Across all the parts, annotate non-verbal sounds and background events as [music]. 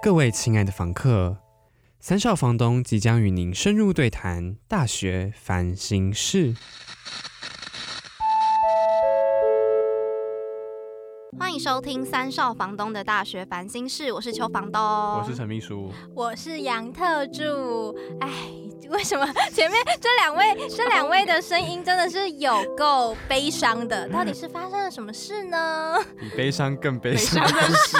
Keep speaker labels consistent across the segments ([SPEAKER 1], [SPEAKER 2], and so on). [SPEAKER 1] 各位亲爱的房客，三少房东即将与您深入对谈大学烦心事。
[SPEAKER 2] 欢迎收听三少房东的大学烦心事，我是邱房东，我
[SPEAKER 1] 陈秘书，
[SPEAKER 3] 我是杨特助，哎，为什么前面这两位这两位的声音真的是有够悲伤
[SPEAKER 1] [laughs]
[SPEAKER 3] 的？到底是发生了什么事呢？
[SPEAKER 1] 比悲伤更悲伤的事。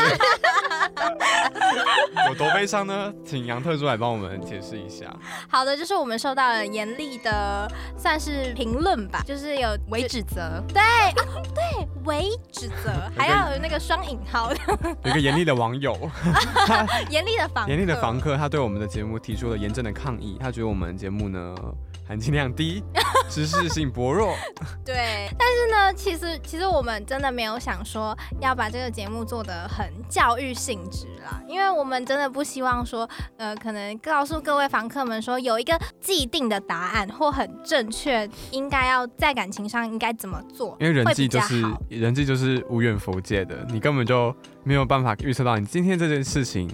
[SPEAKER 1] 有多悲伤呢？请杨特助来帮我们解释一下。
[SPEAKER 3] 好的，就是我们受到了严厉的算是评论吧，就是有
[SPEAKER 2] 为指责，
[SPEAKER 3] 对、啊、 [laughs] 对为指
[SPEAKER 1] [laughs]
[SPEAKER 3] 责，还要有那个双引号的
[SPEAKER 1] 有一个严厉的网友，
[SPEAKER 3] 严厉的房
[SPEAKER 1] 严厉的
[SPEAKER 3] 客
[SPEAKER 1] 房客，他对我们的节目提出了严正的抗议，他觉得我们节目呢含金量低，知识性薄弱。
[SPEAKER 3] 对，但是呢，其实其实我们真的没有想说要把这个节目做得很教育性质啦，因为我们真的不希望说，呃，可能告诉各位房客们说有一个既定的答案或很正确，应该要在感情上应该怎么做，
[SPEAKER 1] 因为人
[SPEAKER 3] 会
[SPEAKER 1] 际
[SPEAKER 3] 比
[SPEAKER 1] 就
[SPEAKER 3] 较
[SPEAKER 1] 是
[SPEAKER 3] 好。
[SPEAKER 1] 人际就是无远佛界的，你根本就没有办法预测到你今天这件事情。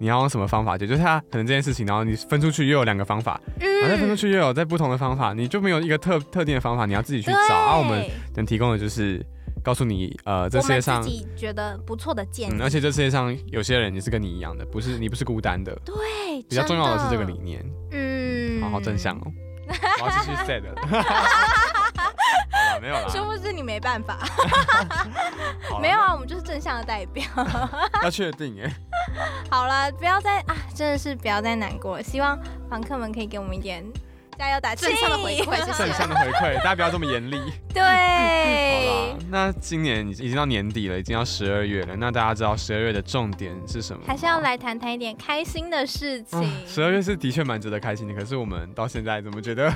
[SPEAKER 1] 你要用什么方法解决？就是他可能这件事情，然后你分出去又有两个方法，然后再
[SPEAKER 3] 嗯
[SPEAKER 1] 分出去又有在不同的方法，你就没有一个特特定的方法，你要自己去
[SPEAKER 3] 对，
[SPEAKER 1] 找。啊，我们能提供的就是告诉你，呃，这
[SPEAKER 3] 我
[SPEAKER 1] 世界
[SPEAKER 3] 们
[SPEAKER 1] 上
[SPEAKER 3] 自，己觉得不错的建
[SPEAKER 1] 嗯，
[SPEAKER 3] 议，
[SPEAKER 1] 而且这世界上有些人也是跟你一样的，不是你不是孤单的。
[SPEAKER 3] 对，
[SPEAKER 1] 比较重要的
[SPEAKER 3] 真
[SPEAKER 1] 是这个理念，
[SPEAKER 3] 嗯，
[SPEAKER 1] 好好正向。
[SPEAKER 3] [laughs]
[SPEAKER 1] 哦。我要继续 sad 了。好啦没有啦，
[SPEAKER 3] 殊不知你没办法，
[SPEAKER 1] 好啦
[SPEAKER 3] 没有啊，我们就是正向的代表。
[SPEAKER 1] 要确定耶。
[SPEAKER 3] 好了，不要再啊，真的是不要再难过了。希望房客们可以给我们一点加油打气，
[SPEAKER 2] 正向的回馈，谢
[SPEAKER 1] 正
[SPEAKER 2] 谢。
[SPEAKER 1] 向的回馈，大家不要这么严厉。
[SPEAKER 3] [laughs]
[SPEAKER 1] 好
[SPEAKER 3] 对
[SPEAKER 1] 啦，，那今年已经已经到年底了，已经要十二月了。那大家知道十二月的重点是什么吗？啊
[SPEAKER 3] 还是要来谈谈一点开心的事情。
[SPEAKER 1] 嗯十二月是的确蛮值得开心的，可是我们到现在怎么觉得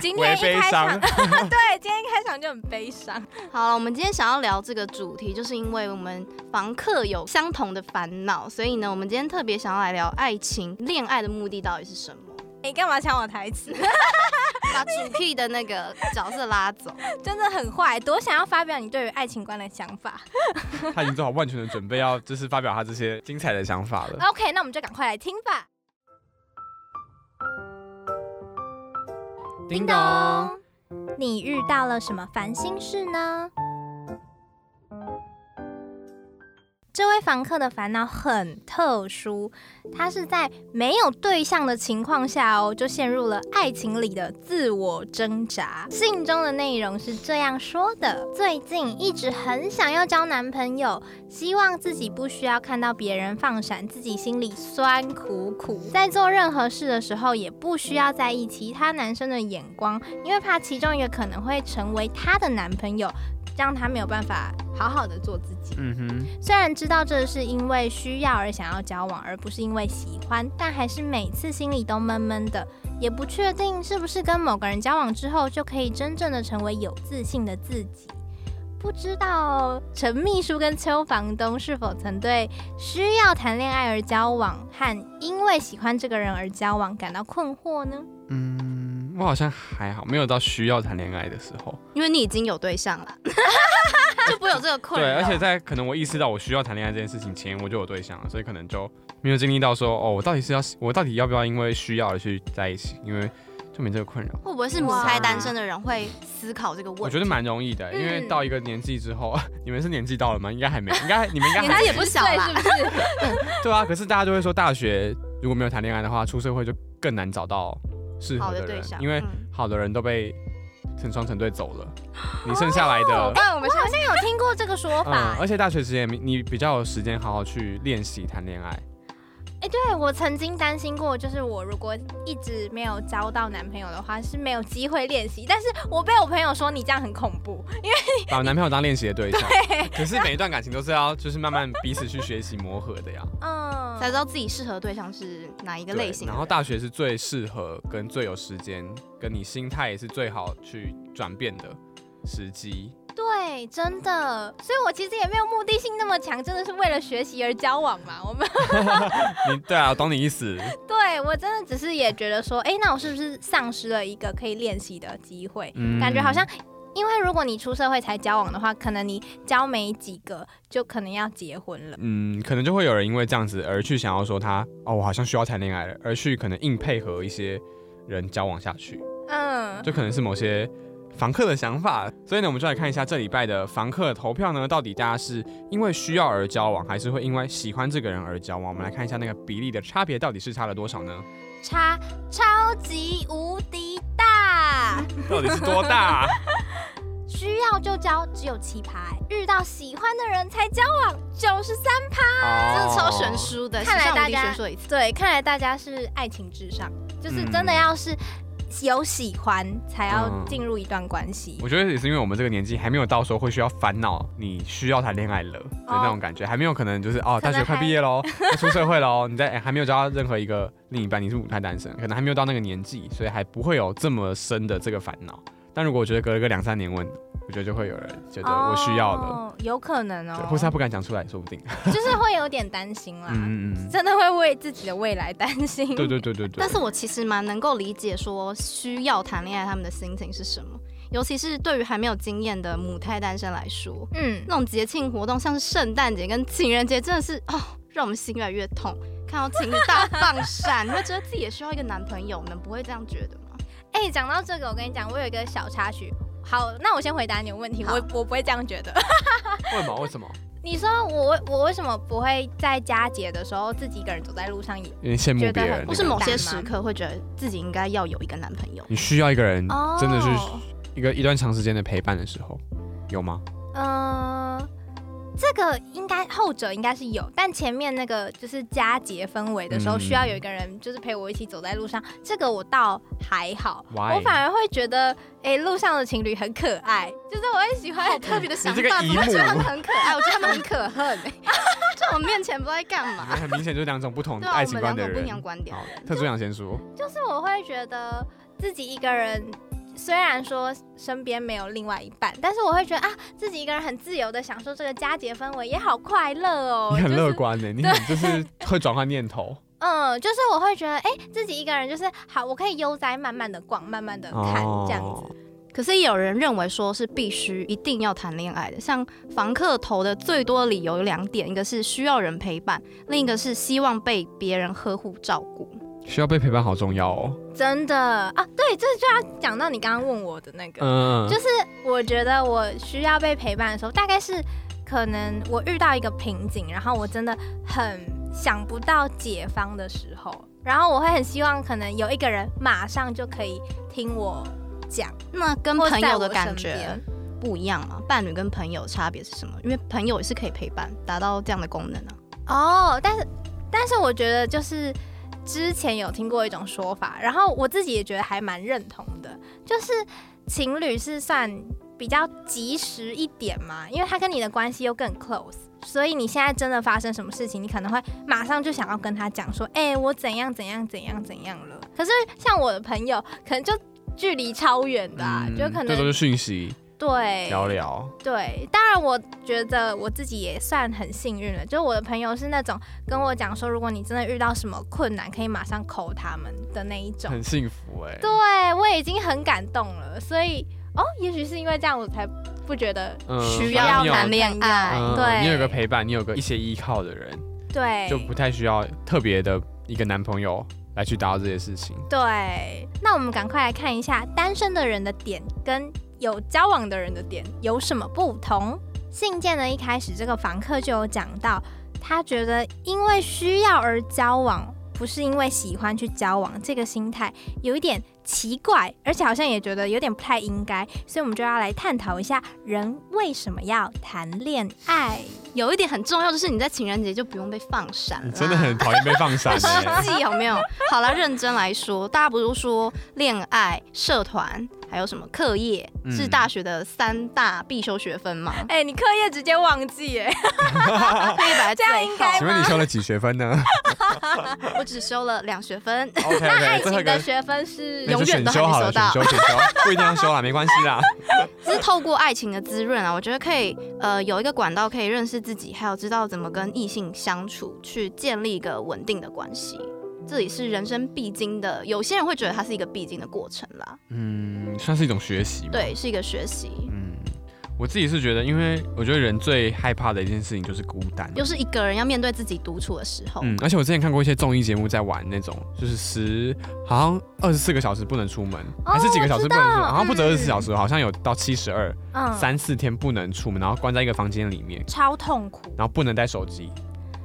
[SPEAKER 3] 今
[SPEAKER 1] 微
[SPEAKER 3] 天一
[SPEAKER 1] 悲
[SPEAKER 3] 开
[SPEAKER 1] 伤
[SPEAKER 3] 场，？对，今天一开场就很悲伤。
[SPEAKER 2] 好了，我们今天想要聊这个主题，就是因为我们房客有相同的烦恼，所以呢，我们今天特别想要来聊爱情、恋爱的目的到底是什么，
[SPEAKER 3] 你干嘛抢我台词？ [laughs]
[SPEAKER 2] 把主 key 的那个角色拉走。
[SPEAKER 3] 真的很坏，多想要发表你对于爱情观的想
[SPEAKER 1] [laughs]
[SPEAKER 3] 法。
[SPEAKER 1] 他已经做好万全的准备，要就是发表他这些精彩的想法了。
[SPEAKER 3] OK，那我们就赶快来听吧。
[SPEAKER 1] 叮，，
[SPEAKER 3] 你遇到了什么烦心事呢？这位房客的烦恼很特殊，他是在没有对象的情况下哦，就陷入了爱情里的自我挣扎。信中的内容是这样说的：最近一直很想要交男朋友，希望自己不需要看到别人放闪，自己心里酸苦苦。在做任何事的时候，也不需要在意其他男生的眼光，因为怕其中一个可能会成为她的男朋友，让她没有办法好好的做自己。
[SPEAKER 1] 嗯哼，
[SPEAKER 3] 虽然知道这是因为需要而想要交往，而不是因为喜欢，但还是每次心里都闷闷的，也不确定是不是跟某个人交往之后就可以真正的成为有自信的自己。不知道陈秘书跟邱房东是否曾对需要谈恋爱而交往和因为喜欢这个人而交往感到困惑呢？
[SPEAKER 1] 嗯，我好像还好，没有到需要谈恋爱的时候。
[SPEAKER 2] 因为你已经有对象了， [laughs] 就不会有啊这个困
[SPEAKER 1] 对，
[SPEAKER 2] 扰。
[SPEAKER 1] 而且在可能我意识到我需要谈恋爱这件事情前，我就有对象了，所以可能就没有经历到说，哦，我到底是要我到底要不要因为需要而去在一起，因为就没这个困扰。
[SPEAKER 2] 会不会是母胎单身的人会思考这个问题？
[SPEAKER 1] 我觉得蛮容易的，
[SPEAKER 3] 嗯
[SPEAKER 1] 因为到一个年纪之后， [laughs] 你们是年纪到了吗？应该还没，应该你们应该还
[SPEAKER 3] [laughs]
[SPEAKER 2] 年纪也
[SPEAKER 1] 没
[SPEAKER 2] 不小啦
[SPEAKER 3] 对是不是？
[SPEAKER 1] 对啊。可是大家就会说，大学如果没有谈恋爱的话，出社会就更难找到适合
[SPEAKER 2] 好
[SPEAKER 1] 的
[SPEAKER 2] 的
[SPEAKER 1] 人
[SPEAKER 2] 对，象，
[SPEAKER 1] 因为
[SPEAKER 2] 嗯
[SPEAKER 1] 好的人都被成双成对走了，你剩下来的，
[SPEAKER 2] 哦那我们
[SPEAKER 3] 我好像有听过这个说
[SPEAKER 1] 嗯
[SPEAKER 3] 法，，
[SPEAKER 1] 而且大学时间你比较有时间好好去练习谈恋爱，
[SPEAKER 3] 哎、对我曾经担心过，就是我如果一直没有交到男朋友的话，是没有机会练习。但是我被我朋友说你这样很恐怖，
[SPEAKER 1] 把男朋友当练习的对象。可是每一段感情都是要就是慢慢彼此去学习磨合的呀，
[SPEAKER 3] 嗯，
[SPEAKER 2] 才知道自己适合对象是哪一个类型的人。
[SPEAKER 1] 嗯然后大学是最适合跟最有时间，跟你心态也是最好去转变的时机。
[SPEAKER 3] 对，真的。所以我其实也没有目的性那么强，真的是为了学习而交往嘛。我们 [laughs]
[SPEAKER 1] 你对啊，懂你意思。
[SPEAKER 3] 对我真的只是也觉得说，哎、那我是不是丧失了一个可以练习的机会？
[SPEAKER 1] 嗯
[SPEAKER 3] 感觉好像因为如果你出社会才交往的话，可能你交没几个就可能要结婚了。
[SPEAKER 1] 嗯，可能就会有人因为这样子而去想要说他哦，我好像需要谈恋爱了，而去可能硬配合一些人交往下去，
[SPEAKER 3] 嗯，
[SPEAKER 1] 就可能是某些房客的想法。所以呢，我们就来看一下这礼拜的房客投票呢，到底大家是因为需要而交往，还是会因为喜欢这个人而交往？我们来看一下那个比例的差别到底是差了多少呢？
[SPEAKER 3] 差超级无敌大。
[SPEAKER 1] 到底是多
[SPEAKER 2] [laughs]
[SPEAKER 1] 大、
[SPEAKER 3] 需要就交，只有七趴、遇到喜欢的人才交往，九十三趴。
[SPEAKER 1] 啊？
[SPEAKER 2] 真的超悬殊的，
[SPEAKER 3] 看来
[SPEAKER 2] 史上
[SPEAKER 3] 大
[SPEAKER 2] 无敌
[SPEAKER 3] 家
[SPEAKER 2] 悬殊的一次。
[SPEAKER 3] 对，看来大家是爱情至上，就是
[SPEAKER 1] 嗯
[SPEAKER 3] 真的要是有喜欢才要
[SPEAKER 1] 嗯
[SPEAKER 3] 进入一段关系。
[SPEAKER 1] 我觉得也是因为我们这个年纪还没有到时候会需要烦恼你需要谈恋爱了的那种感觉，还没有可能就是哦，
[SPEAKER 3] 可能
[SPEAKER 1] 大学快毕业喽， [laughs] 要出社会喽，你在、哎还没有交到任何一个另一半，你是母胎单身，可能还没有到那个年纪，所以还不会有这么深的这个烦恼。但如果我觉得隔了个两三年问，我觉得就会有人觉得我需要了，
[SPEAKER 3] 哦，有可能
[SPEAKER 1] 对
[SPEAKER 3] 哦，
[SPEAKER 1] 或是他不敢讲出来，说不定。
[SPEAKER 3] 就是会有点担心啦，
[SPEAKER 1] 嗯嗯
[SPEAKER 3] [laughs]
[SPEAKER 1] 嗯，
[SPEAKER 3] 真的会为自己的未来担心。
[SPEAKER 1] 对对对对对。
[SPEAKER 2] 但是我其实蛮能够理解说需要谈恋爱他们的心情是什么，尤其是对于还没有经验的母胎单身来说，
[SPEAKER 3] 嗯，
[SPEAKER 2] 那种节庆活动，像是圣诞节跟情人节，真的是哦，让我们心越来越痛。看到情侣大放闪，你会觉得自己也需要一个男朋友，你们不会这样觉 [laughs] 得吗？
[SPEAKER 3] 哎、讲到这个，我跟你讲，我有一个小插曲。好，那我先回答你的问题，我
[SPEAKER 2] 好
[SPEAKER 3] 我不会这样觉得。
[SPEAKER 1] 为什么？为什么？
[SPEAKER 3] 你说我我为什么不会在佳节的时候自己一个人走在路上也？
[SPEAKER 1] 有点羡慕
[SPEAKER 3] 觉得
[SPEAKER 1] 别
[SPEAKER 3] 很
[SPEAKER 1] 人
[SPEAKER 3] 孤
[SPEAKER 1] 那
[SPEAKER 2] 或是
[SPEAKER 1] 个。
[SPEAKER 2] 某些时刻会觉得自己应该要有一个男朋友？
[SPEAKER 1] 你需要一个人，
[SPEAKER 3] 哦
[SPEAKER 1] 嗯真的是一个一段长时间的陪伴的时候，有吗？
[SPEAKER 3] 呃，这个应该后者应该是有，但前面那个就是佳节氛围的时候，
[SPEAKER 1] 嗯
[SPEAKER 3] 需要有一个人就是陪我一起走在路上，这个我倒还好。
[SPEAKER 1] Why？
[SPEAKER 3] 我反而会觉得，哎、路上的情侣很可爱，就是我会喜欢特别的
[SPEAKER 1] 哦你这个姨母，
[SPEAKER 2] 很可爱，我觉得他们很可
[SPEAKER 3] 可恨、
[SPEAKER 2] 爱， [laughs] 在我面前不知道在干嘛。
[SPEAKER 1] 很明显就是两种不同
[SPEAKER 2] [laughs] 对
[SPEAKER 1] 的
[SPEAKER 2] 啊，
[SPEAKER 1] 爱
[SPEAKER 2] 我
[SPEAKER 1] 情
[SPEAKER 2] 们
[SPEAKER 1] 观
[SPEAKER 2] 两
[SPEAKER 1] 的
[SPEAKER 2] 种不
[SPEAKER 1] 人
[SPEAKER 2] 一。样观点。
[SPEAKER 1] 好，特助想先说，
[SPEAKER 3] 就是我会觉得自己一个人，虽然说身边没有另外一半，但是我会觉得啊，自己一个人很自由的享受这个佳节氛围，也好快乐哦。
[SPEAKER 1] [laughs] 你很
[SPEAKER 3] 就是
[SPEAKER 1] 乐观呢，你很就是会转换念头。
[SPEAKER 3] 嗯，就是我会觉得，哎、自己一个人就是好，我可以悠哉慢慢的逛，慢慢的看，
[SPEAKER 1] 哦
[SPEAKER 3] 这样子。
[SPEAKER 2] 可是也有人认为说是必须一定要谈恋爱的，像房客投的最多的理由有两点，一个是需要人陪伴，另一个是希望被别人呵护照顾。
[SPEAKER 1] 需要被陪伴，好重要哦。
[SPEAKER 3] 真的啊，对，这就要讲到你刚刚问我的那个，
[SPEAKER 1] 嗯，
[SPEAKER 3] 就是我觉得我需要被陪伴的时候，大概是可能我遇到一个瓶颈，然后我真的很想不到解方的时候，然后我会很希望可能有一个人马上就可以听我讲，
[SPEAKER 2] 那跟
[SPEAKER 3] 或
[SPEAKER 2] 朋
[SPEAKER 3] 在
[SPEAKER 2] 友
[SPEAKER 3] 我
[SPEAKER 2] 的感
[SPEAKER 3] 身
[SPEAKER 2] 觉
[SPEAKER 3] 边
[SPEAKER 2] 不一样嘛？啊伴侣跟朋友差别是什么？因为朋友也是可以陪伴，达到这样的功能啊。
[SPEAKER 3] 哦，但是但是我觉得就是之前有听过一种说法，然后我自己也觉得还蛮认同的，就是情侣是算比较及时一点嘛，因为他跟你的关系又更 close。所以你现在真的发生什么事情，你可能会马上就想要跟他讲说，哎、我怎样怎样怎样怎样了。可是像我的朋友，可能就距离超远的、啊，
[SPEAKER 1] 嗯
[SPEAKER 3] 就可
[SPEAKER 1] 这都
[SPEAKER 3] 能
[SPEAKER 1] 是讯息
[SPEAKER 3] 对
[SPEAKER 1] 聊聊。
[SPEAKER 3] 对，当然我觉得我自己也算很幸运了，就是我的朋友是那种跟我讲说，如果你真的遇到什么困难，可以马上 call 他们的那一种。
[SPEAKER 1] 很幸福哎、
[SPEAKER 3] 对，我已经很感动了，所以哦，也许是因为这样，我才不觉得
[SPEAKER 1] 嗯
[SPEAKER 2] 需
[SPEAKER 1] 反正
[SPEAKER 2] 要
[SPEAKER 1] 你有
[SPEAKER 2] 谈恋爱
[SPEAKER 1] 嗯
[SPEAKER 3] 对
[SPEAKER 1] 你有个陪伴，你有个一些依靠的人，
[SPEAKER 3] 对
[SPEAKER 1] 就不太需要特别的一个男朋友来去达到这些事情。
[SPEAKER 3] 对。那我们赶快来看一下单身的人的点跟有交往的人的点有什么不同。信件的一开始，这个房客就有讲到，他觉得因为需要而交往，不是因为喜欢去交往，这个心态有一点奇怪，而且好像也觉得有点不太应该，所以我们就要来探讨一下人为什么要谈恋爱。
[SPEAKER 2] 有一点很重要，就是你在情人节就不用被放闪
[SPEAKER 1] 你 [laughs]
[SPEAKER 2] 啦。
[SPEAKER 1] 真的很讨厌被放
[SPEAKER 2] [laughs]
[SPEAKER 1] 闪哎、
[SPEAKER 2] 实际有没有？好啦，认真来说，大家不是说恋爱、社团，还有什么课业、
[SPEAKER 1] 嗯
[SPEAKER 2] 是大学的三大必修学分吗？
[SPEAKER 3] 哎、你课业直接忘记哎、
[SPEAKER 1] [laughs]
[SPEAKER 2] 可以摆在
[SPEAKER 3] 这样
[SPEAKER 2] 最
[SPEAKER 3] 应该
[SPEAKER 1] 请问你修了几学分呢
[SPEAKER 2] 后，我只修了两学分，
[SPEAKER 1] ？OK
[SPEAKER 3] 那
[SPEAKER 1] OK，
[SPEAKER 3] 爱
[SPEAKER 1] [laughs] 最
[SPEAKER 3] 情
[SPEAKER 1] 后一
[SPEAKER 3] 的
[SPEAKER 1] 哦个
[SPEAKER 3] 学分是
[SPEAKER 1] 那就
[SPEAKER 2] 永远
[SPEAKER 1] 选
[SPEAKER 2] 都还
[SPEAKER 1] 修
[SPEAKER 2] 没
[SPEAKER 1] 好
[SPEAKER 2] 收
[SPEAKER 1] 了，选
[SPEAKER 2] 到
[SPEAKER 1] 修选修，不一定要修啦，没关系啦。
[SPEAKER 2] 只是透过爱情的滋润啊，我觉得可以，呃，有一个管道可以认识自己，还有知道怎么跟异性相处，去建立一个稳定的关系。这里是人生必经的，有些人会觉得它是一个必经的过程啦，
[SPEAKER 1] [laughs] 嗯，算是一种学习。，
[SPEAKER 2] 对，是一个学习，
[SPEAKER 1] 嗯，我自己是觉得，因为我觉得人最害怕的一件事情就是孤单。
[SPEAKER 2] 又是一个人要面对自己独处的时候，
[SPEAKER 1] 嗯，而且我之前看过一些综艺节目在玩那种，就是十好像二十四个小时不能出门，
[SPEAKER 3] 哦
[SPEAKER 1] 还是几个小时不能出
[SPEAKER 3] 我知
[SPEAKER 1] 门，
[SPEAKER 3] 道
[SPEAKER 1] 好像不止二十
[SPEAKER 3] 嗯
[SPEAKER 1] 四小时，好像有到七十二
[SPEAKER 3] 嗯，
[SPEAKER 1] 三四天不能出门，然后关在一个房间里面，
[SPEAKER 3] [laughs] 超痛苦，
[SPEAKER 1] 然后不能带手机，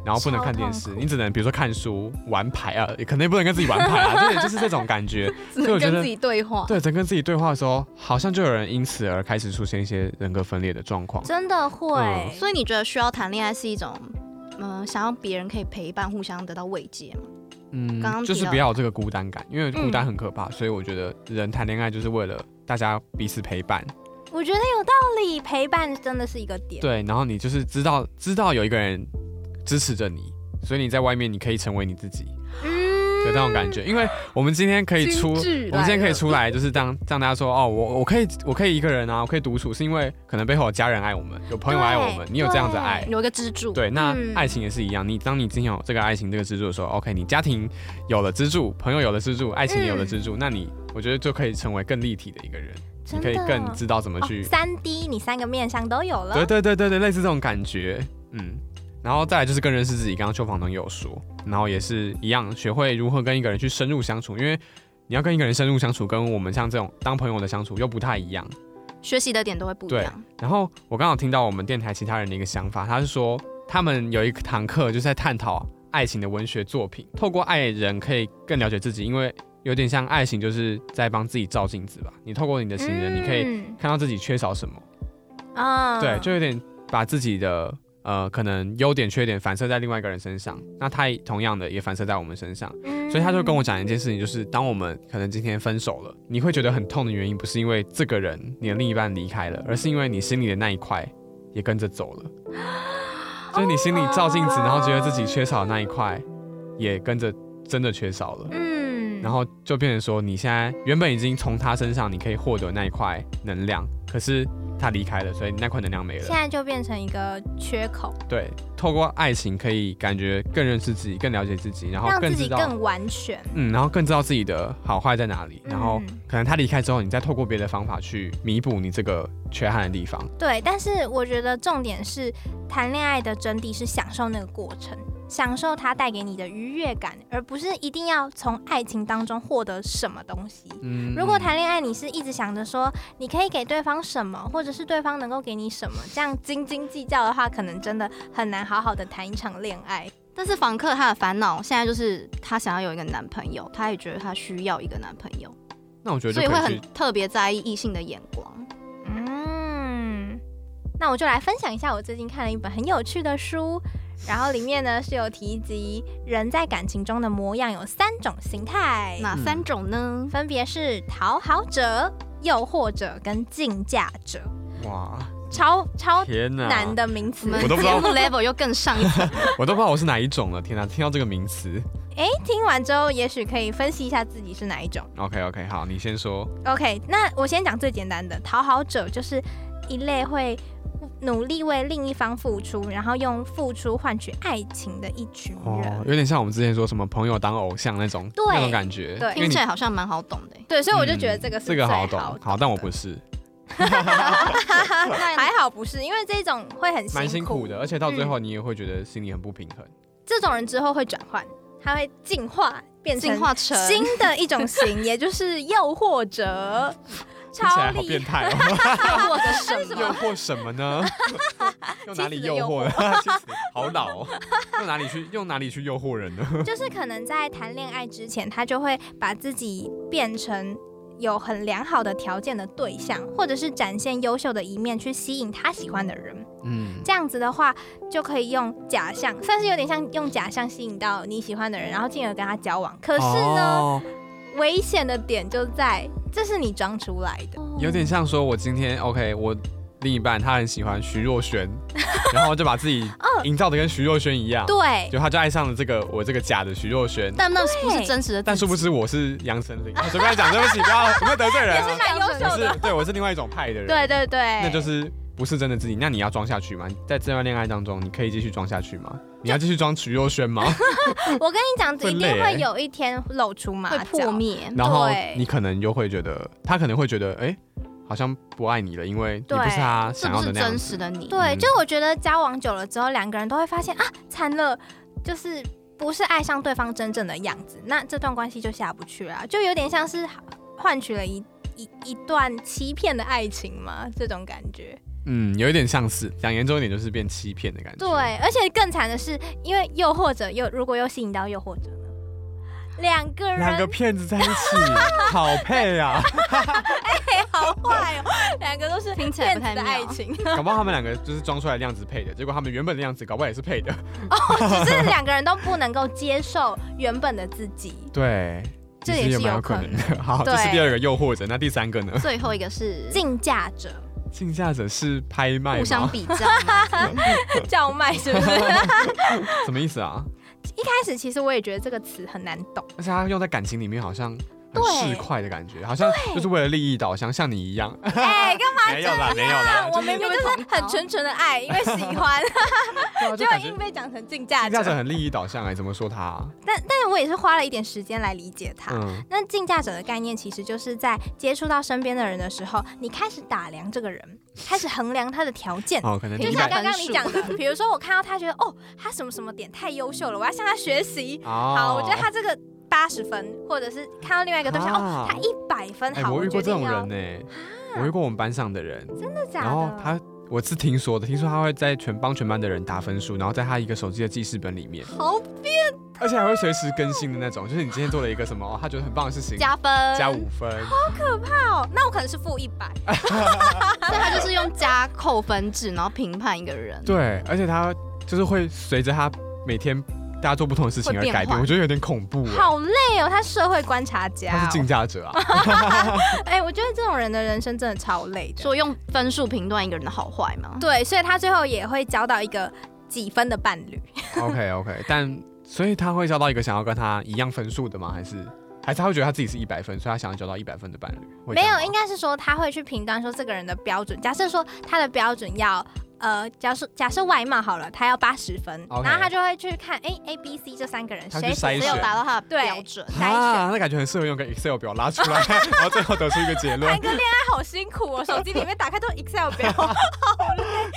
[SPEAKER 1] 然后不能看电
[SPEAKER 3] 超
[SPEAKER 1] 视
[SPEAKER 3] 痛，苦
[SPEAKER 1] 你只能比如说看书、玩牌啊，也可能也不能跟自己玩牌
[SPEAKER 3] [laughs]
[SPEAKER 1] 啊，对，就是这种感觉。所
[SPEAKER 2] 只
[SPEAKER 1] 以
[SPEAKER 2] 能
[SPEAKER 1] 我觉
[SPEAKER 2] 跟
[SPEAKER 1] 得
[SPEAKER 2] 自己对话。
[SPEAKER 1] 对，在跟自己对话的时候，好像就有人因此而开始出现一些人格分裂的状况。
[SPEAKER 3] 真的会
[SPEAKER 1] 嗯。
[SPEAKER 2] 所以你觉得需要谈恋爱是一种，嗯、想要别人可以陪伴，互相得到慰藉吗？
[SPEAKER 1] 嗯
[SPEAKER 2] 刚刚
[SPEAKER 1] 就是
[SPEAKER 2] 提到
[SPEAKER 1] 不要有这个孤单感，因为孤单
[SPEAKER 2] 嗯
[SPEAKER 1] 很可怕，所以我觉得人谈恋爱就是为了大家彼此陪伴。
[SPEAKER 3] 我觉得有道理，陪伴真的是一个点。
[SPEAKER 1] 对，然后你就是知道知道有一个人支持着你，所以你在外面你可以成为你自己
[SPEAKER 3] 嗯，
[SPEAKER 1] 的那种感觉。因为我们今天可以出，我
[SPEAKER 2] 京剧
[SPEAKER 1] 们今天
[SPEAKER 2] 来
[SPEAKER 1] 可以
[SPEAKER 2] 了
[SPEAKER 1] 出来，就是让让大家说哦，我我可以我可以一个人啊，我可以独处，是因为可能背后有家人爱我们，有朋友爱我们，
[SPEAKER 3] 对
[SPEAKER 1] 你有这样子的爱。
[SPEAKER 2] 有一个支柱，
[SPEAKER 1] 对，那
[SPEAKER 3] 嗯
[SPEAKER 1] 爱情也是一样。你当你今天有这个爱情这个支柱的时候，OK，你家庭有了支柱，朋友有了支柱，爱情也有了支柱，那你我觉得就可以成为更立体的一个人，你
[SPEAKER 3] 嗯真
[SPEAKER 1] 可
[SPEAKER 3] 的哦
[SPEAKER 1] 以更知道怎么去
[SPEAKER 3] 三 D，你三个面向都有了。
[SPEAKER 1] 对对对对对，类似这种感觉，嗯，然后再来就是更认识自己，刚刚邱房东也有说，然后也是一样，学会如何跟一个人去深入相处，因为你要跟一个人深入相处，跟我们像这种当朋友的相处又不太一样。
[SPEAKER 2] 学习的点都会不一样。
[SPEAKER 1] 然后我刚好听到我们电台其他人的一个想法，他是说他们有一堂课就是在探讨爱情的文学作品，透过爱人可以更了解自己，因为有点像爱情就是在帮自己照镜子吧，你透过你的行人，你可以
[SPEAKER 3] 以
[SPEAKER 1] 看到自己缺少什么。
[SPEAKER 3] 啊
[SPEAKER 1] 对，就有点把自己的呃可能优点、缺点反射在另外一个人身上，那他也同样的也反射在我们身上，
[SPEAKER 3] 嗯
[SPEAKER 1] 所以他就跟我讲一件事情，就是当我们可能今天分手了，你会觉得很痛的原因，不是因为这个人你的另一半离开了，而是因为你心里的那一块也跟着走
[SPEAKER 3] [gasps]
[SPEAKER 1] 了，就是你心里照镜子，然后觉得自己缺少的那一块也跟着真的缺少了。
[SPEAKER 3] 嗯
[SPEAKER 1] 然后就变成说，你现在原本已经从他身上你可以获得那一块能量，可是他离开了，所以你那块能量没了
[SPEAKER 3] 现。在就变成一个缺口，
[SPEAKER 1] 对，透过爱情可以感觉更认识自己，更了解自己，然后
[SPEAKER 3] 让自
[SPEAKER 1] 更知
[SPEAKER 3] 己
[SPEAKER 1] 道，
[SPEAKER 3] 更完全。
[SPEAKER 1] 嗯，然后更知道自己的好坏在哪里。然后
[SPEAKER 3] 嗯
[SPEAKER 1] 可能他离开之后，你再透过别的方法去弥补你这个缺憾的地方。
[SPEAKER 3] 对，但是我觉得重点是谈恋爱的真谛是享受那个过程，享受它带给你的愉悦感，而不是一定要从爱情当中获得什么东西。
[SPEAKER 1] 嗯，
[SPEAKER 3] 如果谈恋爱，你是一直想着说你可以给对方什么，或者是对方能够给你什么，这样斤斤计较的话，可能真的很难好好的谈一场恋爱。
[SPEAKER 2] 但是房客他的烦恼现在就是他想要有一个男朋友，他也觉得他需要一个男朋友，
[SPEAKER 1] 那我觉得
[SPEAKER 2] 所
[SPEAKER 1] 就
[SPEAKER 2] 以会
[SPEAKER 1] 可以
[SPEAKER 2] 很
[SPEAKER 1] 去，
[SPEAKER 2] 特别在意异性的眼光。
[SPEAKER 3] 嗯，那我就来分享一下我最近看了一本很有趣的书，然后里面呢是有提及人在感情中的模样有三种形态，
[SPEAKER 1] 嗯
[SPEAKER 2] 哪三种呢？
[SPEAKER 3] 分别是讨好者、诱惑者跟竞价者，
[SPEAKER 1] 哇，
[SPEAKER 3] 超超
[SPEAKER 1] 天哪，
[SPEAKER 3] 哦难，的名
[SPEAKER 2] 我
[SPEAKER 3] 词。
[SPEAKER 2] 们
[SPEAKER 1] 我都不知
[SPEAKER 2] 节
[SPEAKER 1] 道
[SPEAKER 2] 目 level 又更上一
[SPEAKER 1] [laughs]
[SPEAKER 2] 层，
[SPEAKER 1] 我都不知道我是哪一种了。天哪，听到这个名词
[SPEAKER 3] 哎，听完之后也许可以分析一下自己是哪一种。
[SPEAKER 1] ，OK OK，好，你先说。
[SPEAKER 3] OK，那我先讲最简单的，讨好者就是一类会努力为另一方付出，然后用付出换取爱情的一群人。
[SPEAKER 1] 哦，有点像我们之前说什么朋友当偶像那种
[SPEAKER 3] 对
[SPEAKER 1] 那种感觉，
[SPEAKER 3] 对
[SPEAKER 1] 因为
[SPEAKER 2] 听
[SPEAKER 1] 你
[SPEAKER 2] 起来好像蛮好懂的欸。
[SPEAKER 3] 对，所以我就觉得这个
[SPEAKER 1] 嗯
[SPEAKER 3] 是
[SPEAKER 1] 这
[SPEAKER 3] 最
[SPEAKER 1] 个
[SPEAKER 3] 好
[SPEAKER 1] 好懂，好，但我不
[SPEAKER 3] 是，
[SPEAKER 1] 是，
[SPEAKER 3] 还好不是，因为这种会很
[SPEAKER 1] 蛮辛苦
[SPEAKER 3] 苦嗯
[SPEAKER 1] 的，而且到最后你也会觉得心里很不平衡。
[SPEAKER 3] 这种人之后会转换，他会进化变成
[SPEAKER 2] 进化成
[SPEAKER 3] 新的一种型，也就是诱惑者，
[SPEAKER 1] [laughs] 听起
[SPEAKER 3] 超
[SPEAKER 1] 来好
[SPEAKER 3] 厉
[SPEAKER 1] 变
[SPEAKER 3] 害。
[SPEAKER 1] 态哦！
[SPEAKER 2] [laughs] 或者
[SPEAKER 3] [laughs]
[SPEAKER 2] 什
[SPEAKER 1] 诱
[SPEAKER 2] 么？
[SPEAKER 1] 惑什么呢？用哪里
[SPEAKER 3] 妻子的诱
[SPEAKER 1] 惑 [laughs] 呢？妻子好
[SPEAKER 3] [laughs]
[SPEAKER 1] 老哦，用哪里去用哪里去诱惑人呢？
[SPEAKER 3] 就是可能在谈恋爱之前，他就会把自己变成有很良好的条件的对象，或者是展现优秀的一面去吸引他喜欢的人。
[SPEAKER 1] 嗯，
[SPEAKER 3] 这样子的话，就可以用假象，算是有点像用假象吸引到你喜欢的人，然后进而跟他交往。可是呢，
[SPEAKER 1] 哦，
[SPEAKER 3] 危险的点就在这是你装出来的。
[SPEAKER 2] 哦
[SPEAKER 1] 有点像说我今天 OK，我另一半他很喜欢徐若
[SPEAKER 3] [laughs]
[SPEAKER 1] 瑄，然后就把自己营造的跟徐若瑄一样，
[SPEAKER 3] 哦对，
[SPEAKER 1] 就他就爱上了这个我这个假的徐若瑄。
[SPEAKER 2] 但那不是真实的自己，
[SPEAKER 1] 但殊不知我是杨丞琳，啊我随便讲，对不起，不要不要得罪人
[SPEAKER 3] 也是
[SPEAKER 1] 啊！
[SPEAKER 3] 蛮优
[SPEAKER 1] 我
[SPEAKER 3] 秀的。
[SPEAKER 1] 是对，我是另外一种派的人。
[SPEAKER 3] 对对对，
[SPEAKER 1] 那就是不是真的自己，那你要装下去吗？在这段恋爱当中，你可以继续装下去吗？你要继续装徐若瑄 [laughs] 吗？
[SPEAKER 3] 我跟你讲，一
[SPEAKER 1] 会
[SPEAKER 3] 定
[SPEAKER 1] 累
[SPEAKER 3] 会
[SPEAKER 1] 欸
[SPEAKER 3] 有一天露出马
[SPEAKER 2] 会
[SPEAKER 3] 脚，
[SPEAKER 2] 破灭。
[SPEAKER 1] 然后
[SPEAKER 3] 对
[SPEAKER 1] 你可能就会觉得，他可能会觉得，哎、好像不爱你了，因为你不
[SPEAKER 3] 对
[SPEAKER 1] 是他
[SPEAKER 2] 是
[SPEAKER 1] 想
[SPEAKER 2] 不
[SPEAKER 1] 要的
[SPEAKER 2] 是
[SPEAKER 1] 那样
[SPEAKER 2] 真
[SPEAKER 1] 子。
[SPEAKER 2] 实的你？
[SPEAKER 3] 对，
[SPEAKER 1] 嗯
[SPEAKER 3] 就我觉得交往久了之后，两个人都会发现啊，惨了，就是不是爱上对方真正的样子，那这段关系就下不去了啊，就有点像是呃换取了一一一段欺骗的爱情嘛，这种感觉。
[SPEAKER 1] 嗯，有一点像是，讲严重一点就是变欺骗的感觉。
[SPEAKER 3] 对，而且更惨的是，因为诱惑者又如果又吸引到诱惑者呢，两个人 [laughs]
[SPEAKER 1] 两个骗子在一起，好配 [laughs] 啊！
[SPEAKER 3] 配好坏
[SPEAKER 1] [laughs]
[SPEAKER 3] 哦，两个都是
[SPEAKER 2] 听起来
[SPEAKER 3] 骗
[SPEAKER 2] 不
[SPEAKER 3] 子
[SPEAKER 2] 太
[SPEAKER 3] 的
[SPEAKER 2] 妙
[SPEAKER 3] 爱情，
[SPEAKER 1] 搞不好他们两个就是装出来的样子配的，结果他们原本的样子搞不好也是配的。
[SPEAKER 3] 哦 [laughs] 只是两个人都不能够接受原本的自己。
[SPEAKER 1] 对，
[SPEAKER 2] 这
[SPEAKER 1] 其
[SPEAKER 2] 也
[SPEAKER 1] 实
[SPEAKER 2] 是
[SPEAKER 1] 蛮有
[SPEAKER 2] 有
[SPEAKER 1] 可
[SPEAKER 2] 可
[SPEAKER 1] 能的。好，
[SPEAKER 3] 对
[SPEAKER 1] 这是第二个诱惑者，那第三个呢？
[SPEAKER 2] 最后一个是
[SPEAKER 3] 竞价者
[SPEAKER 1] 竞价者是拍卖
[SPEAKER 2] 互相
[SPEAKER 1] 吗？
[SPEAKER 2] 比较吗，
[SPEAKER 3] [laughs]
[SPEAKER 1] [laughs]
[SPEAKER 3] 叫卖是不是？
[SPEAKER 1] 什么意思啊？
[SPEAKER 3] 开始其实我也觉得这个词很难
[SPEAKER 1] [laughs]
[SPEAKER 3] 懂，
[SPEAKER 1] 而且他用在感情里面好像很
[SPEAKER 3] 对
[SPEAKER 1] 市侩的感觉，好像就是为了利益导向，像你一
[SPEAKER 3] [laughs]
[SPEAKER 1] 样。
[SPEAKER 3] 哎、干嘛
[SPEAKER 1] 没
[SPEAKER 3] 这
[SPEAKER 1] 有啦 [laughs]
[SPEAKER 3] 样？
[SPEAKER 1] 没有啦
[SPEAKER 3] 我
[SPEAKER 1] 啊就是
[SPEAKER 3] 明明就是很纯纯的爱，因为喜
[SPEAKER 1] [laughs]
[SPEAKER 3] 欢，
[SPEAKER 1] 对啊，就
[SPEAKER 3] 结果
[SPEAKER 1] 感觉
[SPEAKER 3] 硬被讲成竞价
[SPEAKER 1] 竞价
[SPEAKER 3] 者。
[SPEAKER 1] 者很利益导向哎、怎么说他、
[SPEAKER 3] 但但是我也是花了一点时间来理解它。
[SPEAKER 1] 嗯，
[SPEAKER 3] 那竞价者的概念其实就是在接触到身边的人的时候，你开始打量这个人，开始衡量他的条件。
[SPEAKER 1] 哦，可能
[SPEAKER 3] 就
[SPEAKER 1] 一
[SPEAKER 3] 像
[SPEAKER 1] 百
[SPEAKER 3] 刚刚你讲 [laughs] 的，比如说我看到他觉得哦，他什么什么点太优秀了，我要向他学习。
[SPEAKER 1] 哦
[SPEAKER 3] 好，我觉得他这个八十分，或者是看到另外一个对象、哦，
[SPEAKER 1] 啊
[SPEAKER 3] 他一百分，
[SPEAKER 1] 哎、
[SPEAKER 3] 好，
[SPEAKER 1] 我遇过
[SPEAKER 3] 决
[SPEAKER 1] 这
[SPEAKER 3] 定
[SPEAKER 1] 种
[SPEAKER 3] 要
[SPEAKER 1] 人呢、哎我遇过我们班上的人，
[SPEAKER 3] 真的啊假的？
[SPEAKER 1] 然后他。我是听说的，听说他会在全帮全班的人打分数，然后在他一个手机的记事本里
[SPEAKER 3] [laughs]
[SPEAKER 1] 面，
[SPEAKER 3] 好
[SPEAKER 1] 而且还会随时更新的那种。就是你今天做了一个什么，哦他觉得很棒的事情，
[SPEAKER 2] 加分，
[SPEAKER 1] 加五分，
[SPEAKER 3] 哦，那我可能是负一百，
[SPEAKER 2] 所以他就是用加扣分制，然后评判一个人。
[SPEAKER 1] 对，而且他就是会随着他每天大家做不同的事情而
[SPEAKER 2] 会变
[SPEAKER 1] 改变，
[SPEAKER 2] 化
[SPEAKER 1] 我觉得有点恐怖、哎
[SPEAKER 3] 好累哦。他社会观察家、
[SPEAKER 1] 他是竞
[SPEAKER 3] 哦，
[SPEAKER 1] 价者啊，
[SPEAKER 3] [laughs] 哎、我觉得这种人的人生真的超累的。
[SPEAKER 2] 说用分数评断一个人的好坏吗？
[SPEAKER 3] 对，所以他最后也会交到一个几分的伴侣。
[SPEAKER 1] OK OK，但所以他会交到一个想要跟他一样分数的吗？还是还是他会觉得他自己是一百分，所以他想要交到一百分的伴侣？会这
[SPEAKER 3] 没
[SPEAKER 1] 样
[SPEAKER 3] 有，
[SPEAKER 1] 吗
[SPEAKER 3] 应该是说他会去评断说这个人的标准。假设说他的标准要。呃，假设假设外貌好了，他要八十分
[SPEAKER 1] OK
[SPEAKER 3] 然后他就会去看，哎、a B、C 这三个人
[SPEAKER 1] 他
[SPEAKER 3] 谁
[SPEAKER 1] 去筛
[SPEAKER 2] 只
[SPEAKER 3] 只有
[SPEAKER 2] 有
[SPEAKER 1] 选
[SPEAKER 2] 达到他的
[SPEAKER 3] 对
[SPEAKER 2] 标准。
[SPEAKER 3] 该选
[SPEAKER 1] 啊，那感觉很适合用个 Excel 表拉出来， [laughs] 然后最后得出一个
[SPEAKER 3] [laughs]
[SPEAKER 1] 结论
[SPEAKER 3] 谈。个恋爱好辛苦哦，手机里面打开都是 Excel 表，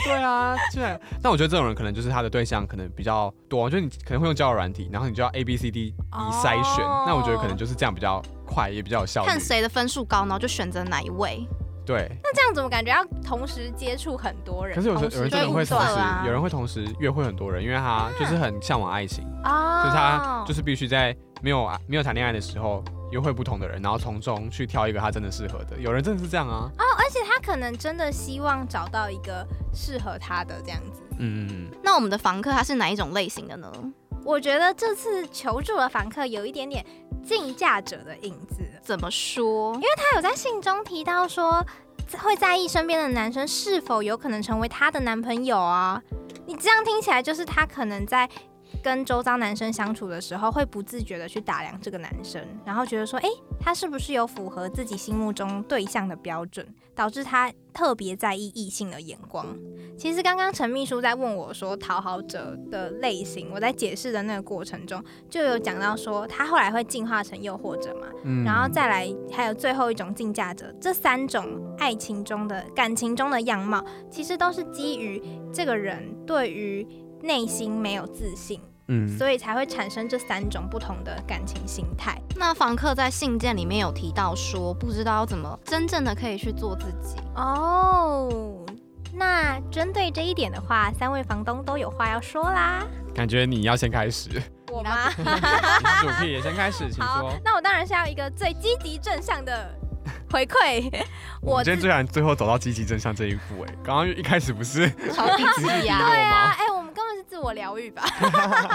[SPEAKER 1] 对啊，居然。那我觉得这种人可能就是他的对象可能比较多，就是你可能会用交友软体，然后你就要 A B C D 以筛选。
[SPEAKER 3] 哦
[SPEAKER 1] 那我觉得可能就是这样比较快，也比较有效率。
[SPEAKER 2] 看谁的分数高，然后就选择哪一位。
[SPEAKER 1] 对，
[SPEAKER 3] 那 [laughs] 这样怎么感觉要同时接触很多人？
[SPEAKER 1] 可是有时候
[SPEAKER 3] 同
[SPEAKER 1] 有人
[SPEAKER 2] 就
[SPEAKER 1] 真
[SPEAKER 2] 会
[SPEAKER 1] 的会
[SPEAKER 2] 物色
[SPEAKER 1] 同时
[SPEAKER 2] 啊，
[SPEAKER 1] 有人会同时约会很多人，因为他就是很向往爱情。
[SPEAKER 3] 嗯哦，
[SPEAKER 1] 就是他就是必须在没有啊没有谈恋爱的时候约会不同的人，然后从中去挑一个他真的适合的。有人真的是这样啊，
[SPEAKER 3] 哦而且他可能真的希望找到一个适合他的这样子。
[SPEAKER 1] 嗯嗯嗯，
[SPEAKER 2] 那我们的房客他是哪一种类型的呢？
[SPEAKER 3] 我觉得这次求助的房客有一点点竞价者的影子，
[SPEAKER 2] 怎么说？
[SPEAKER 3] 他有在信中提到说，会在意身边的男生是否有可能成为他的男朋友啊。你这样听起来就是他可能在跟周遭男生相处的时候，会不自觉的去打量这个男生，然后觉得说，诶，他是不是有符合自己心目中对象的标准，导致他特别在意异性的眼光。其实刚刚陈秘书在问我说讨好者的类型，我在解释的那个过程中就有讲到说，他后来会进化成诱惑者嘛，
[SPEAKER 1] 嗯
[SPEAKER 3] 然后再来还有最后一种竞价者，这三种爱情中的感情中的样貌，其实都是基于这个人对于内心没有自信，
[SPEAKER 1] 嗯，
[SPEAKER 3] 所以才会产生这三种不同的感情形态。
[SPEAKER 2] 那房客在信件里面有提到说，不知道怎么真正的可以去做自己。
[SPEAKER 3] 哦，那针对这一点的话，三位房东都有话要说啦。
[SPEAKER 1] 感觉你要先
[SPEAKER 3] [laughs]
[SPEAKER 1] 开始，你
[SPEAKER 3] 我吗？
[SPEAKER 1] 主 P 也先开始，请
[SPEAKER 3] 好
[SPEAKER 1] 说。，
[SPEAKER 3] [laughs] 那我当然是要一个最积极正向的回馈。
[SPEAKER 1] 我
[SPEAKER 3] 我
[SPEAKER 1] 们今天
[SPEAKER 3] 自
[SPEAKER 1] 居然最后走到积极正向这一步、哎，刚刚一开始不是
[SPEAKER 2] 超低
[SPEAKER 1] 情绪低落
[SPEAKER 2] 级呀、
[SPEAKER 1] 吗？
[SPEAKER 3] 哎、我们根本是自我疗愈吧。 [laughs]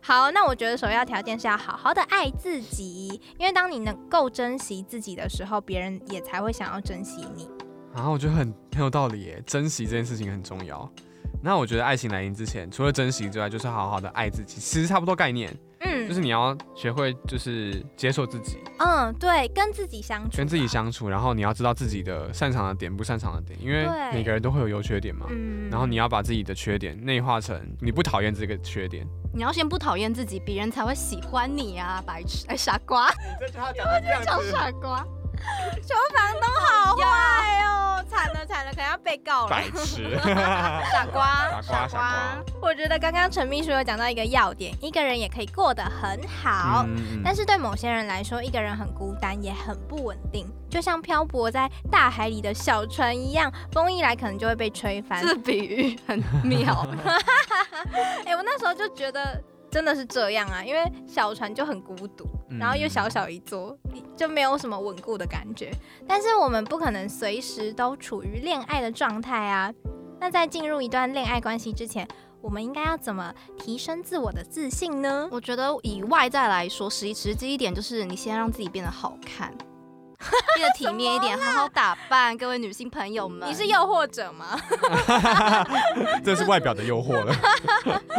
[SPEAKER 3] 好，那我觉得首要条件是要好好的爱自己，因为当你能够珍惜自己的时候，别人也才会想要珍惜你。
[SPEAKER 1] 啊，我觉得很很有道理、哎，珍惜这件事情很重要。那我觉得爱情来临之前，除了珍惜之外，就是好好的爱自己，其实差不多概念。
[SPEAKER 3] 嗯
[SPEAKER 1] 就是你要学会就是接受自己，
[SPEAKER 3] 嗯，对，跟自己相处，
[SPEAKER 1] 跟自己，相处，然后你要知道自己的擅长的点、不擅长的点，因为
[SPEAKER 3] 对
[SPEAKER 1] 每个人都会有优缺点嘛。
[SPEAKER 3] 嗯
[SPEAKER 1] 然后你要把自己的缺点内化成你不讨厌这个缺点。
[SPEAKER 2] [laughs] 你要先不讨厌自己，别人才会喜欢你啊，白痴！哎，傻瓜， [laughs]
[SPEAKER 1] 这句话讲的这样
[SPEAKER 2] 叫傻瓜，
[SPEAKER 3] 求房东好坏哦，惨了惨了，可能要被告了
[SPEAKER 1] 白。痴，
[SPEAKER 3] 傻瓜，
[SPEAKER 1] [laughs] 傻瓜傻瓜。
[SPEAKER 3] 我觉得刚刚陈秘书有讲到一个要点，一个人也可以过得很好，
[SPEAKER 1] 嗯
[SPEAKER 3] 但是对某些人来说，一个人很孤单，也很不稳定，就像漂泊在大海里的小船一样，风一来可能就会被吹翻。
[SPEAKER 2] 这比喻很妙。
[SPEAKER 3] [laughs] 哎、我那时候就觉得真的是这样啊，因为小船就很孤独，
[SPEAKER 1] 嗯
[SPEAKER 3] 然后又小小一座，就没有什么稳固的感觉。但是我们不可能随时都处于恋爱的状态啊。那在进入一段恋爱关系之前，我们应该要怎么提升自我的自信呢？
[SPEAKER 2] 我觉得以外在来说，实实际一点就是你先让自己变得好
[SPEAKER 3] [laughs]
[SPEAKER 2] 看，变得体面一点，好好打扮，各位女性朋友们。
[SPEAKER 3] 你是诱惑者吗？
[SPEAKER 1] 这是外表的诱惑
[SPEAKER 3] [laughs]
[SPEAKER 1] 了。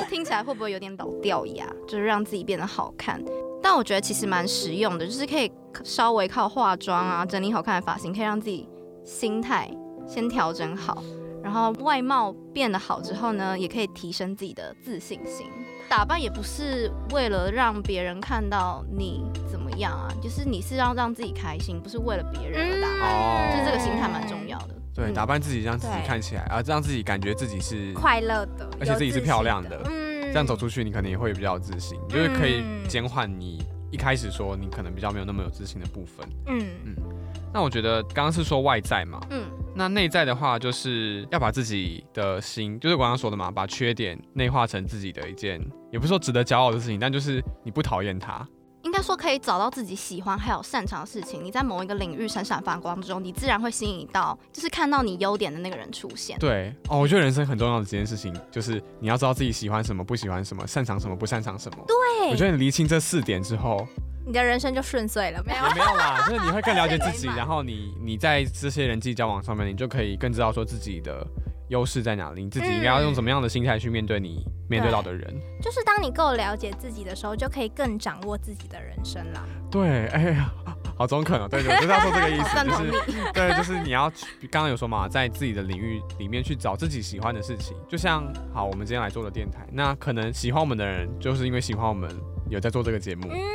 [SPEAKER 2] 听起来会不会有点老掉牙？就是让自己变得好看。但我觉得其实蛮实用的，就是可以稍微靠化妆啊，整理好看的发型，可以让自己心态先调整好，然后外貌变得好之后呢，也可以提升自己的自信心。打扮也不是为了让别人看到你怎么样啊，就是你是要让自己开心，不是为了别人而打扮，
[SPEAKER 1] 哦
[SPEAKER 2] 就是这个心态蛮重要。的。
[SPEAKER 1] 对，
[SPEAKER 2] 嗯
[SPEAKER 1] 打扮自己，让自己
[SPEAKER 3] 对
[SPEAKER 1] 看起来啊，让自己感觉自己是
[SPEAKER 3] 快乐的，
[SPEAKER 1] 而且自己是漂亮
[SPEAKER 3] 有
[SPEAKER 1] 的
[SPEAKER 3] 自信嗯
[SPEAKER 1] 这样走出去，你可能也会比较有自信，就是可以减缓你一开始说你可能比较没有那么有自信的部分。
[SPEAKER 3] 嗯
[SPEAKER 1] 那我觉得刚刚是说外在嘛，
[SPEAKER 2] 嗯，
[SPEAKER 1] 那内在的话就是要把自己的心，就是我刚刚说的嘛，把缺点内化成自己的一件，也不是说值得骄傲的事情，但就是你不讨厌它。
[SPEAKER 2] 应该说可以找到自己喜欢还有擅长的事情。你在某一个领域闪闪发光之中，你自然会吸引到，就是看到你优点的那个人出现。
[SPEAKER 1] 对哦，我觉得人生很重要的几件事情就是你要知道自己喜欢什么，不喜欢什么，擅长什么，不擅长什么。对我觉得你厘清这四点之后，
[SPEAKER 3] 你的人生就顺遂 [laughs] 了，没有？
[SPEAKER 1] 也没有啦，就是你会更了解自
[SPEAKER 3] [laughs]
[SPEAKER 1] 己，
[SPEAKER 2] 太美满
[SPEAKER 1] 然后你你在这些人际交往上面，你就可以更知道说自己的优势在哪里，你自己
[SPEAKER 3] 嗯
[SPEAKER 1] 应该要用怎么样的心态去面对你面对到的人。
[SPEAKER 3] 就是当你够了解自己的时候，就可以更掌握自己的人生了。
[SPEAKER 1] 对，哎呀，好中肯哦、对，我就是要说这个意
[SPEAKER 3] [laughs]
[SPEAKER 2] 赞
[SPEAKER 1] 思，就
[SPEAKER 2] 同你 [laughs]
[SPEAKER 1] 是， [laughs] 对，就是你要去刚刚有说嘛，在自己的领域里面去找自己喜欢的事情，就像好，我们今天来做的电台，那可能喜欢我们的人，就是因为喜欢我们有在做这个节目。
[SPEAKER 3] 嗯
[SPEAKER 1] [laughs]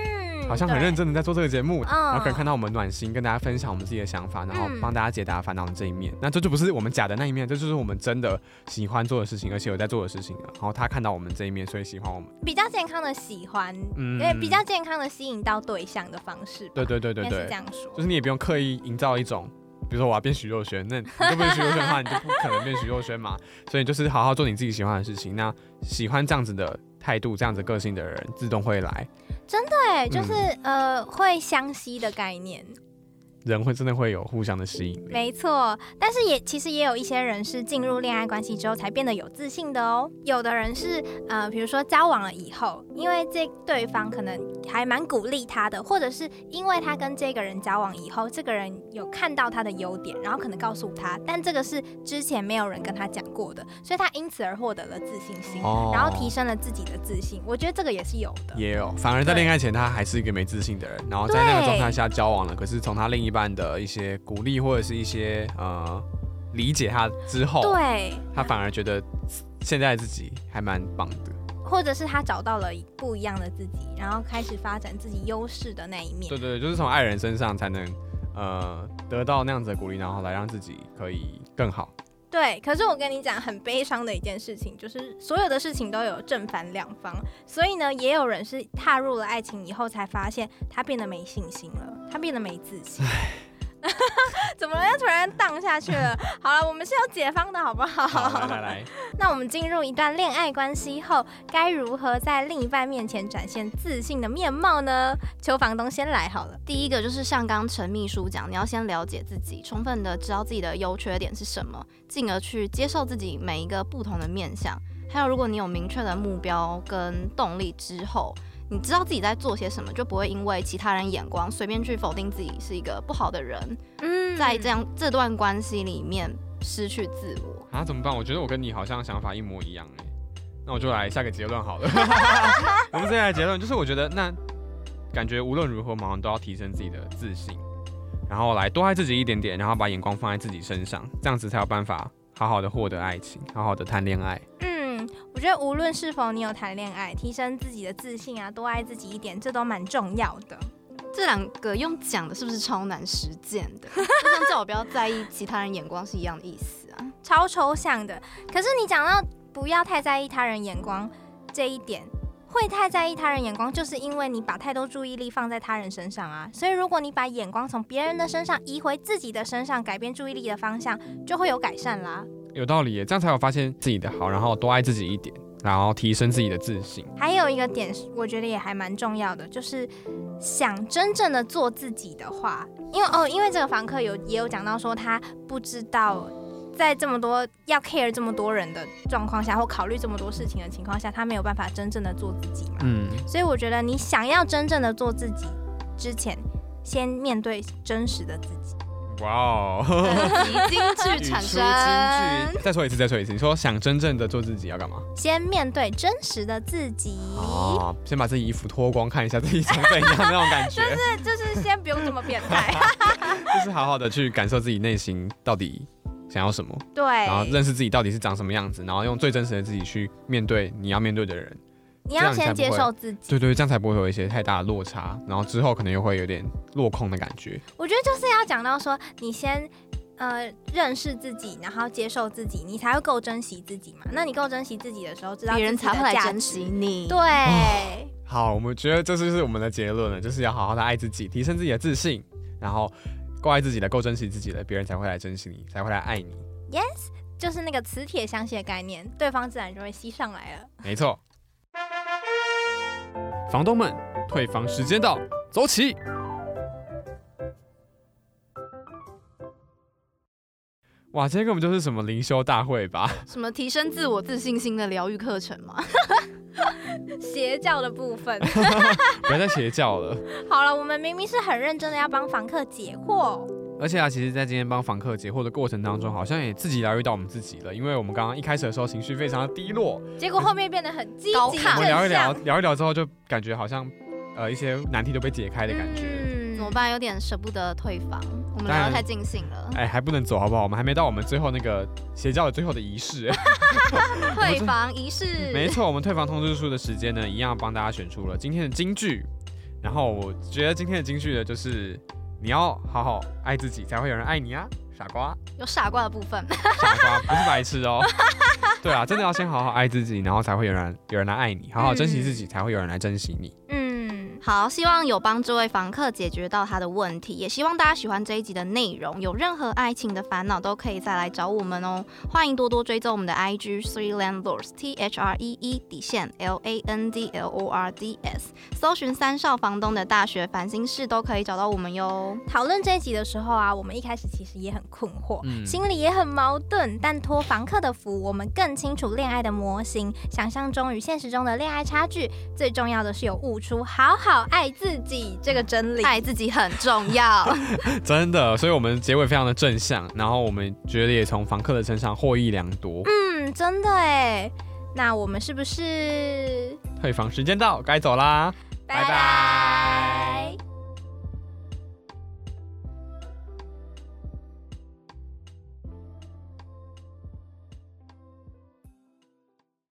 [SPEAKER 1] 好像很
[SPEAKER 3] 对
[SPEAKER 1] 认真的在做这个节目，
[SPEAKER 3] 嗯
[SPEAKER 1] 然后可以看到我们暖心，跟大家分享我们自己的想法，然后
[SPEAKER 3] 嗯
[SPEAKER 1] 帮大家解答烦恼的这一面。那这就不是我们假的那一面，这就是我们真的喜欢做的事情，而且有在做的事情了。然后他看到我们这一面，所以喜欢我们。
[SPEAKER 3] 比较健康的喜欢，
[SPEAKER 1] 嗯
[SPEAKER 3] 对，比较健康的吸引到对象的方式吧。
[SPEAKER 1] 对对对对
[SPEAKER 3] 应该是这
[SPEAKER 1] 对，
[SPEAKER 3] 样说。
[SPEAKER 1] 就是你也不用刻意营造一种。比如说我要变徐若瑄，那你就变徐若瑄的话，你就 [laughs] 不可能变徐若瑄嘛。所以就是好好做你自己喜欢的事情。那喜欢这样子的态度、这样子个性的人，自动会来，
[SPEAKER 3] 对，就是、
[SPEAKER 1] 嗯
[SPEAKER 3] 呃，会相吸的概念，
[SPEAKER 1] 人会真的会有互相的吸引力。啊
[SPEAKER 3] 没错。但是也其实也有一些人是进入恋爱关系之后才变得有自信的哦。有的人是呃，比如说交往了以后，因为这对方可能还蛮鼓励他的，或者是因为他跟这个人交往以后，这个人有看到他的优点，然后可能告诉他，但这个是之前没有人跟他讲过的，所以他因此而获得了自信心。
[SPEAKER 1] 哦
[SPEAKER 3] 然后提升了自己的自信，我觉得这个也是有的。
[SPEAKER 1] 也有，反而在
[SPEAKER 3] 对
[SPEAKER 1] 恋爱前他还是一个没自信的人，然后在那个
[SPEAKER 3] 对
[SPEAKER 1] 状态下交往了，可是从他另一半的一些鼓励或者是一些呃理解他之后，
[SPEAKER 3] 对，
[SPEAKER 1] 他反而觉得现在自己还蛮棒的。
[SPEAKER 3] 或者是他找到了不一样的自己，然后开始发展自己优势的那一面
[SPEAKER 1] 对。对，对就是从爱人身上才能呃得到那样子的鼓励，然后来让自己可以更好。
[SPEAKER 3] 对，可是我跟你讲，很悲伤的一件事情，就是所有的事情都有正反两方，所以呢，也有人是踏入了爱情以后，才发现他变得没信心了，他变得没自信。 [laughs] 怎么了？又突然荡下去了？好了，我们是有解放的，好不好？
[SPEAKER 1] 好，啊来来来，
[SPEAKER 3] [laughs] 那我们进入一段恋爱关系后，该如何在另一半面前展现自信的面貌呢？求房东先来好了。
[SPEAKER 2] 第一个就是像刚陈秘书讲，你要先了解自己，充分的知道自己的优缺点是什么，进而去接受自己每一个不同的面相。还有，如果你有明确的目标跟动力之后，你知道自己在做些什么，就不会因为其他人眼光随便去否定自己是一个不好的人，
[SPEAKER 3] 嗯
[SPEAKER 2] 在这样这段关系里面失去自我。
[SPEAKER 1] 啊怎么办？我觉得我跟你好像想法一模一样哎、那我就来下个结论好了。我们接下来结论就是，我觉得那感觉无论如何，忙都要提升自己的自信，然后来多爱自己一点点，然后把眼光放在自己身上，这样子才有办法好好的获得爱情，好好的谈恋爱。
[SPEAKER 3] 嗯，我觉得无论是否你有谈恋爱，提升自己的自信啊，多爱自己一点，这都蛮重要的。
[SPEAKER 2] 这两个用讲的是不是超难实践的？ [laughs] 就像叫我不要在意其他人眼光是一样的意思 [laughs] 啊。
[SPEAKER 3] 超抽象的。可是你讲到不要太在意他人眼光这一点，会太在意他人眼光，就是因为你把太多注意力放在他人身上啊。所以如果你把眼光从别人的身上移回自己的身上，改变注意力的方向，就会有改善啦。
[SPEAKER 1] 有道理耶，这样才有发现自己的好，然后多爱自己一点，然后提升自己的自信。
[SPEAKER 3] 还有一个点，我觉得也还蛮重要的，就是想真正的做自己的话，因为哦，因为这个房客有也有讲到说，他不知道在这么多要 care 这么多人的状况下，或考虑这么多事情的情况下，他没有办法真正的做自己嘛。
[SPEAKER 1] 嗯，
[SPEAKER 3] 所以我觉得你想要真正的做自己之前，先面对真实的自己。
[SPEAKER 1] 哇哦，
[SPEAKER 2] 本集金句产生，
[SPEAKER 1] 语出金句再说一次，再说一次，你说想真正的做自己要干嘛？
[SPEAKER 3] 先面对真实的自己，
[SPEAKER 1] 哦，先把自己衣服脱光，看一下自己长怎样那种感
[SPEAKER 2] [laughs]
[SPEAKER 1] 觉，
[SPEAKER 3] 这就是先不用这么变
[SPEAKER 1] [laughs]
[SPEAKER 3] 态。
[SPEAKER 2] 啊
[SPEAKER 1] 就是好好的去感受自己内心到底想要什么，
[SPEAKER 3] 对，
[SPEAKER 1] 然
[SPEAKER 2] 哎
[SPEAKER 1] 后认识自己到底是长什么样子，然后用最真实的自己去面对你要面对的人。
[SPEAKER 3] 你
[SPEAKER 1] 这
[SPEAKER 3] 要
[SPEAKER 1] 样才
[SPEAKER 3] 先
[SPEAKER 1] 不
[SPEAKER 3] 接
[SPEAKER 1] 会
[SPEAKER 3] 受自己。
[SPEAKER 1] 对对，这样才不会有一些太大的落差，然后之后可能又会有点落空的感觉。
[SPEAKER 3] 我觉得就是要讲到说，你先呃认识自己，然后接受自己，你才会够珍惜自己嘛。那你够珍惜自己的时候，知道
[SPEAKER 2] 别人
[SPEAKER 3] 自己的
[SPEAKER 2] 才会来嗯
[SPEAKER 3] 价值
[SPEAKER 2] 珍惜。你。
[SPEAKER 3] 对，
[SPEAKER 1] 好，我们觉得这就是我们的结论了，就是要好好的爱自己，提升自己的自信，然后够爱自己的，够珍惜自己的，别人才会来珍惜你，才会来爱你。
[SPEAKER 3] 就是那个磁铁相吸的概念，对方自然就会吸上来了。
[SPEAKER 1] 没错。房东们，退房时间到，走起！哇，今天根本就是什么灵修大会吧？ [laughs]
[SPEAKER 2] 什么提升自我自信心的疗愈课程吗？
[SPEAKER 3] 邪教的部
[SPEAKER 2] [laughs]
[SPEAKER 3] 分，
[SPEAKER 1] 不要再邪教了。
[SPEAKER 3] 好了，我们明明是很认真的要帮房客解惑，
[SPEAKER 1] 而且啊，其实，在今天帮房客解惑的过程当中，好像也自己疗愈到我们自己了，因为我们刚刚一开始的时候情绪非常的低落，
[SPEAKER 3] 结果后面变得很积
[SPEAKER 2] 高
[SPEAKER 3] 极
[SPEAKER 1] 我
[SPEAKER 2] 亢
[SPEAKER 3] 正
[SPEAKER 1] 们聊一聊，
[SPEAKER 3] 向。
[SPEAKER 1] 聊一聊之后，就感觉好像呃一些难题都被解开的感觉。
[SPEAKER 3] 嗯
[SPEAKER 2] 怎么？办？有点舍不得退房，我们
[SPEAKER 1] 当
[SPEAKER 2] 聊
[SPEAKER 1] 然
[SPEAKER 2] 得太尽兴了。
[SPEAKER 1] 哎，还不能走好不好？我们还没到我们最后那个邪教的最后的仪式。
[SPEAKER 2] 退房仪式，
[SPEAKER 1] 没错，我们退房通知书的时间呢，一样帮大家选出了今天的金句。然后我觉得今天的金句呢，就是你要好好爱自己，才会有人爱你啊，傻瓜，
[SPEAKER 2] 有傻瓜的部分，
[SPEAKER 1] 傻瓜，不是白痴哦。对啊，真的要先好好爱自己，然后才会有人有人来爱你，好好珍惜自己，才会有人来珍惜你。
[SPEAKER 3] 嗯，
[SPEAKER 2] 好，希望有帮这位房客解决到他的问题，也希望大家喜欢这一集的内容。有任何爱情的烦恼，都可以再来找我们哦。欢迎多多追踪我们的 IG Three Landlords T H R E E 底线 L A N D L O R D S，搜寻三少房东的大学烦心事都可以找到我们哟。
[SPEAKER 3] 讨论这一集的时候啊，我们一开始其实也很困惑，
[SPEAKER 1] 嗯
[SPEAKER 3] 心里也很矛盾。但托房客的福，我们更清楚恋爱的模型，想象中与现实中的恋爱差距。最重要的是有悟出好好爱自己这个真理。
[SPEAKER 2] 爱自己很重要。
[SPEAKER 1] 真的，所以我们结尾非常的正向，然后我们觉得也从房客的身上获益良多。
[SPEAKER 3] 嗯，真的哎。那我们是不是？
[SPEAKER 1] 退房时间到，该走啦。拜拜